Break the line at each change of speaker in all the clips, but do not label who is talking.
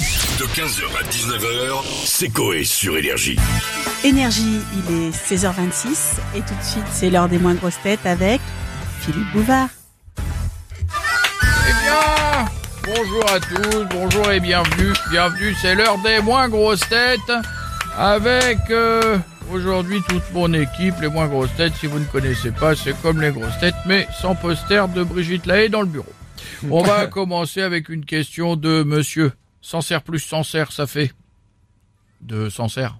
De 15h à 19h, c'est Coé sur Énergie.
Énergie, il est 16h26 et tout de suite c'est l'heure des moins grosses têtes avec Philippe Bouvard.
Eh bien, bonjour à tous, bonjour et bienvenue. Bienvenue, c'est l'heure des moins grosses têtes avec euh, aujourd'hui toute mon équipe, les moins grosses têtes. Si vous ne connaissez pas, c'est comme les grosses têtes, mais sans poster de Brigitte Lahaye dans le bureau. On va commencer avec une question de monsieur. Sancerre plus Sancerre, ça fait de Sancerre.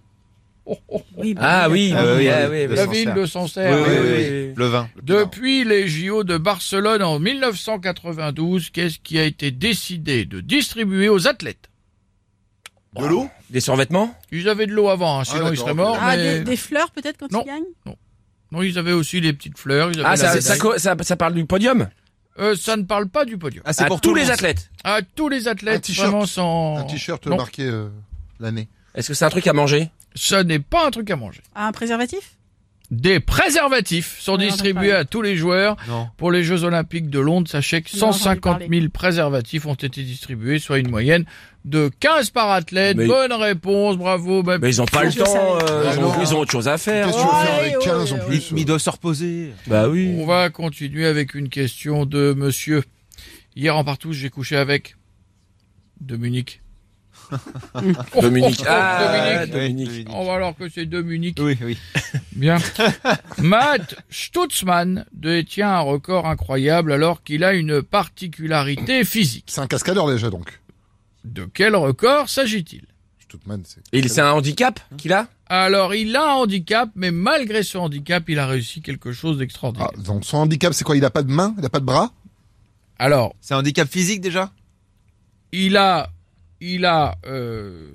Oh,
Oui, bah,
Ah oui,
Ah
oui,
oui,
ah
oui,
oui,
de
oui.
La ville de Sancerre. Eh
Oui, oui, oui.
oui.
Le vin.
Depuis les JO de Barcelone en 1992, qu'est-ce qui a été décidé de distribuer aux athlètes
De l'eau
Des survêtements
Ils avaient de l'eau avant, hein, sinon
d'accord,
ils seraient
ok.
morts.
Ah,
mais-
des, des fleurs peut-être quand
Non.
tu gagnes
Non, ils avaient aussi des petites fleurs. ils avaient
Ah,
la
ça,
médaille.
ça, co- ça, ça parle du podium
Euh, ça ne parle pas du podium.
Ah,
À tous les athlètes.
À tous les
Un
athlètes,
t-shirt.
vraiment sans...
Un t-shirt
Non.
marqué euh, l'année.
Est-ce que c'est un truc à manger
Ça n'est pas un truc à manger.
Ah, Un préservatif
Des préservatifs sont
Ouais, on en
distribués
parle.
à tous les joueurs.
Non.
Pour les Jeux Olympiques de Londres, sachez que
On en a entendu
150 000 préservatifs ont été distribués, soit une moyenne de 15 par athlète.
Mais-
Bonne réponse, bravo. ma
Mais ils ont pas le
Je
temps,
savais.
euh,
Ah
ils, ont,
non.
ils ont autre chose à faire.
Qu'est-ce que
Oh,
tu veux faire
allez,
avec 15 en
ouais,
plus euh
Ils doivent se reposer.
Bah oui.
On va continuer avec une question de monsieur. Hier en partouche, j'ai couché avec Dominique. Oh,
Dominique. Ah,
Dominique.
Dominique.
On va alors que c'est Dominique.
Oui, oui.
Bien. Matt Stutzman détient un record incroyable alors qu'il a une particularité physique.
C'est un cascadeur déjà donc.
De quel record s'agit-il
Stoutman, c'est.
Il c'est un handicap qu'il a
Alors, il a un handicap, mais malgré ce handicap, il a réussi quelque chose
Ah,
d'extraordinaire.
donc son handicap, c'est quoi Il a pas de main Il a pas de bras
Alors,
C'est un handicap physique déjà
il a, il a, euh,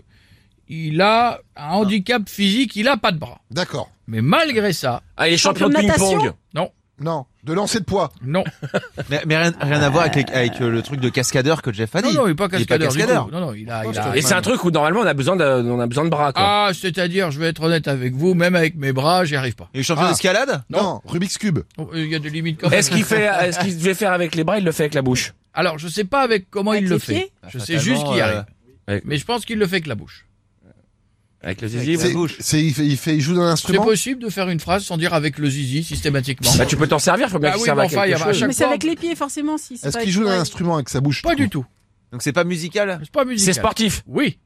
il a un handicap physique, il a pas de bras.
D'accord.
Mais malgré ça,
Ah, il est champion de
Champion de natation
ping-pong.
Non. De lancer de poids.
non,
Mais, mais rien, rien à voir avec, les- avec euh, le truc de cascadeur que Jeff a
non,
dit.
non, il est pas
Ah Il est pas
cascadeur. du
cascadeur.
tout. Non, non, il a, il
Oh, je
a-
te
Et c'est un truc où normalement on a besoin de, on a besoin de bras, quoi.
Ah, c'est-à-dire, je vais être honnête avec vous, même avec mes bras, j'y arrive pas.
Il est champion
Ah.
d'escalade
Non.
Non. Rubik's Cube.
Donc, Il y a des limites quand même.
Est-ce qu'il fait, est-ce qu'il devait faire avec les bras, il le fait avec la bouche.
Alors, je sais pas avec comment
Avec
il le
les
fait.
pieds
Je sais juste qu'il y arrive. Mais je pense qu'il le fait avec la bouche.
Avec le zizi.
C'est-
ouais.
bouche.
C'est il, fait- il fait- il joue d'un
C'est
instrument.
possible de faire une phrase sans dire avec le zizi systématiquement.
Bah, tu peux t'en servir, faut bien
Bah
qu'il
oui,
serve
mais
à
enfin, il y a-
quelque
à
chose.
chaque-
Mais c'est
fois-
avec les pieds forcément si. c'est
Est-ce
pas
qu'il
avec-
joue d'un
ouais.
instrument avec sa bouche
Pas du tout.
Donc c'est pas musical
C'est pas musical.
C'est sportif.
Oui.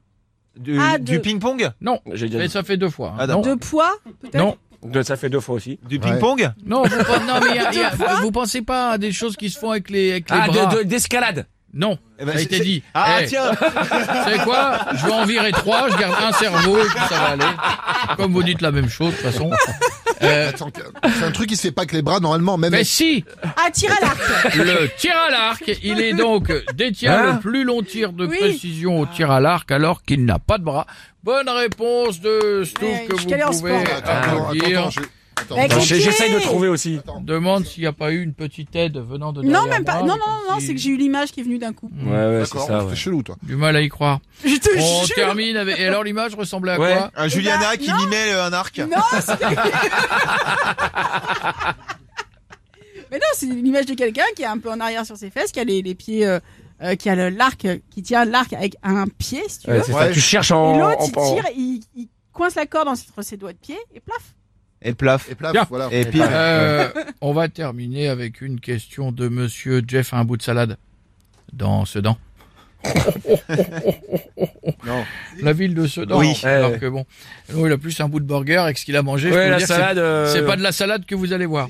Du,
Ah, de-
du ping-pong
Non.
J'ai dit-
Mais ça fait deux fois. hein.
Ah,
non.
d'accord.
De poids peut-être
Non.
Donc, ça fait deux fois aussi.
Du
Ouais.
ping-pong
Non, vous, pensez, non, mais il y a- il y a- vous pensez pas à des choses qui se font avec les, avec les
Ah,
bras.
de- de- d'escalade.
Non,
Eh ben,
ça a
c'est-
été
c'est-
dit.
Ah
Eh,
tiens
Vous savez quoi Je vais en virer trois, je garde un cerveau, et puis ça va aller. Comme vous dites la même chose, de toute façon. Euh,
Attends, C'est un truc qui se fait pas avec les bras normalement, même.
mais si
Ah, tire à l'arc
Le tir à l'arc, il est donc détient
Hein
le plus long tir de
Oui.
précision au tir à l'arc alors qu'il n'a pas de bras. Bonne réponse de Stouff
Ouais,
que
je suis
vous
allée en
pouvez euh,
sport.
Attends, attends, attends,
applaudir.
attends, je- attends,
Avec
attends.
les-
J'ai- J'essaye de trouver aussi.
Demande s'il n'y a pas eu une petite aide venant de
Non,
derrière
même pas.
moi,
Non,
mais
non, non,
comme
non,
si-
c'est que j'ai eu l'image qui est venue d'un coup.
Ouais, ouais, c'est
D'accord,
ça,
c'est
ouais.
chelou toi.
Du mal à y croire.
Je te
On
jure
termine avec... Et alors l'image ressemblait à
Ouais.
quoi
Un
Juliana
Juliana
Eh ben, qui
qui
non.
mimait euh, un arc
Non, c'était. Mais non, c'est l'image de quelqu'un qui est un peu en arrière sur ses fesses, qui a les, les pieds, euh, euh, qui a le- l'arc, euh, qui tient l'arc avec un pied, si tu veux.
Ouais, c'est ça.
Ouais.
Tu cherches
et
en,
l'autre,
en-
il
en-
tire, il, il coince la corde entre ses doigts de pied et plaf.
Et plaf.
Et plaf,
Bien.
voilà.
Et puis
Euh, On va terminer avec une question de monsieur Jeff à un bout de salade dans Sedan.
Non.
La ville de Sedan.
Oui.
Alors
Ouais.
que bon, non, il a plus un bout de burger avec ce qu'il a mangé. je peux
Ouais,
vous
la
dire que c'est-
salade. euh,
C'est pas de la salade que vous allez voir.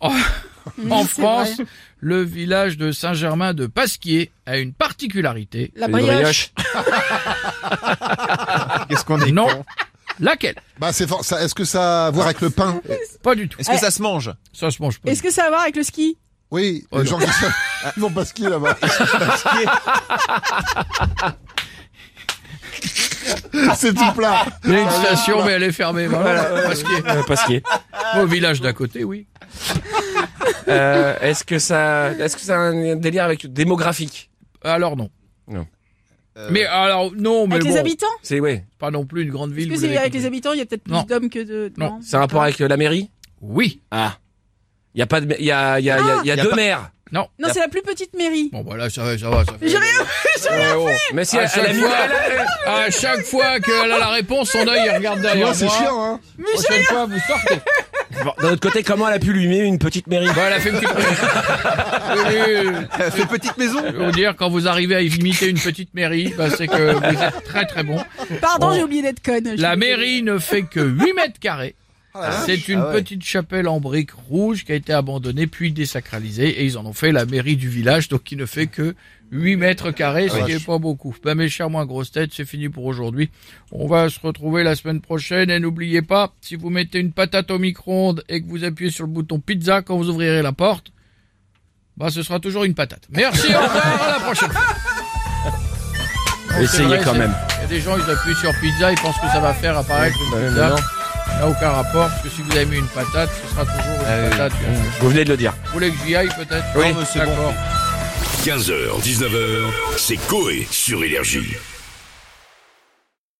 En
Oui, c'est
France,
vrai.
le village de Saint-Germain de Pasquier a une particularité.
la
les
brioche.
brioches.
qu'est-ce qu'on est
non. Laquelle
Bah c'est fort. ça- Est-ce que ça a à voir avec le pain
Pas du tout.
Est-ce que
Eh.
ça se mange
Ça se mange pas.
Est-ce que ça a à voir avec le ski
Oui.
Oh,
les
non.
gens qui savent- ils vont pas skier là-bas. c'est tout plat.
Il y a une station, mais elle est fermée. Voilà,
Voilà, ouais,
Pasquier.
Euh, pasquier.
Ah,
Au village d'à côté, oui.
Euh, est-ce que ça, est-ce que c'est un délire avec démographique
Alors non.
Euh,
Mais alors non, mais
Avec les
bon,
habitants
C'est ouais.
pas non plus une grande
Est-ce
ville.
que
vous
c'est
avez
avec les
compris.
habitants Il y a peut-être
Non.
plus d'hommes que de.
Non.
C'est un rapport avec euh, la mairie
Oui.
Ah. Il y a pas de, il y a, il y a, il y a, il y a
Ah.
deux maires.
Non.
Non, c'est la plus petite mairie.
Bon, voilà, ça va, ça va. Ça fait...
J'ai rien
Ouais, oh.
Mais si
À
elle, elle a
chaque
mis.
fois-
elle a- elle-
À chaque fois qu'elle a la réponse, son œil, il regarde
Tu
derrière
vois,
moi.
c'est chiant, hein.
Prochaine fois, vous sortez.
Bon, D'un autre côté, comment elle a pu lui mettre une petite mairie
Bah, elle a fait une petite mairie. Oui, oui.
Euh, Fait petite maison.
Je vais vous dire, quand vous arrivez à imiter une petite mairie, bah, c'est que vous êtes très très bon.
Pardon,
Bon.
j'ai oublié d'être conne.
La mairie ne fait que 8 mètres carrés. C'est une
Ah ouais.
petite chapelle en briques rouges qui a été abandonnée puis désacralisée et ils en ont fait la mairie du village donc qui ne fait que 8 mètres carrés
Ah,
ce qui est pas beaucoup. Ben mes chers moins grosses têtes c'est fini pour aujourd'hui. On va se retrouver la semaine prochaine et n'oubliez pas si vous mettez une patate au micro-ondes et que vous appuyez sur le bouton pizza quand vous ouvrirez la porte bah ce sera toujours une patate. Merci au revoir à la prochaine. C'est
Essayez
vrai,
quand
c'est-
même.
Il y a des gens ils appuient sur pizza ils pensent que ça va faire apparaître une
Ouais,
pizza.
mais non.
Il n'y a aucun rapport, parce que si vous avez mis une patate, ce sera toujours une
Ah oui.
patate.
Vous venez de le dire.
Vous voulez que j'y aille peut-être
Oui. Non, mais c'est bon.
D'accord.
15h, 19h, c'est Coé sur Énergie.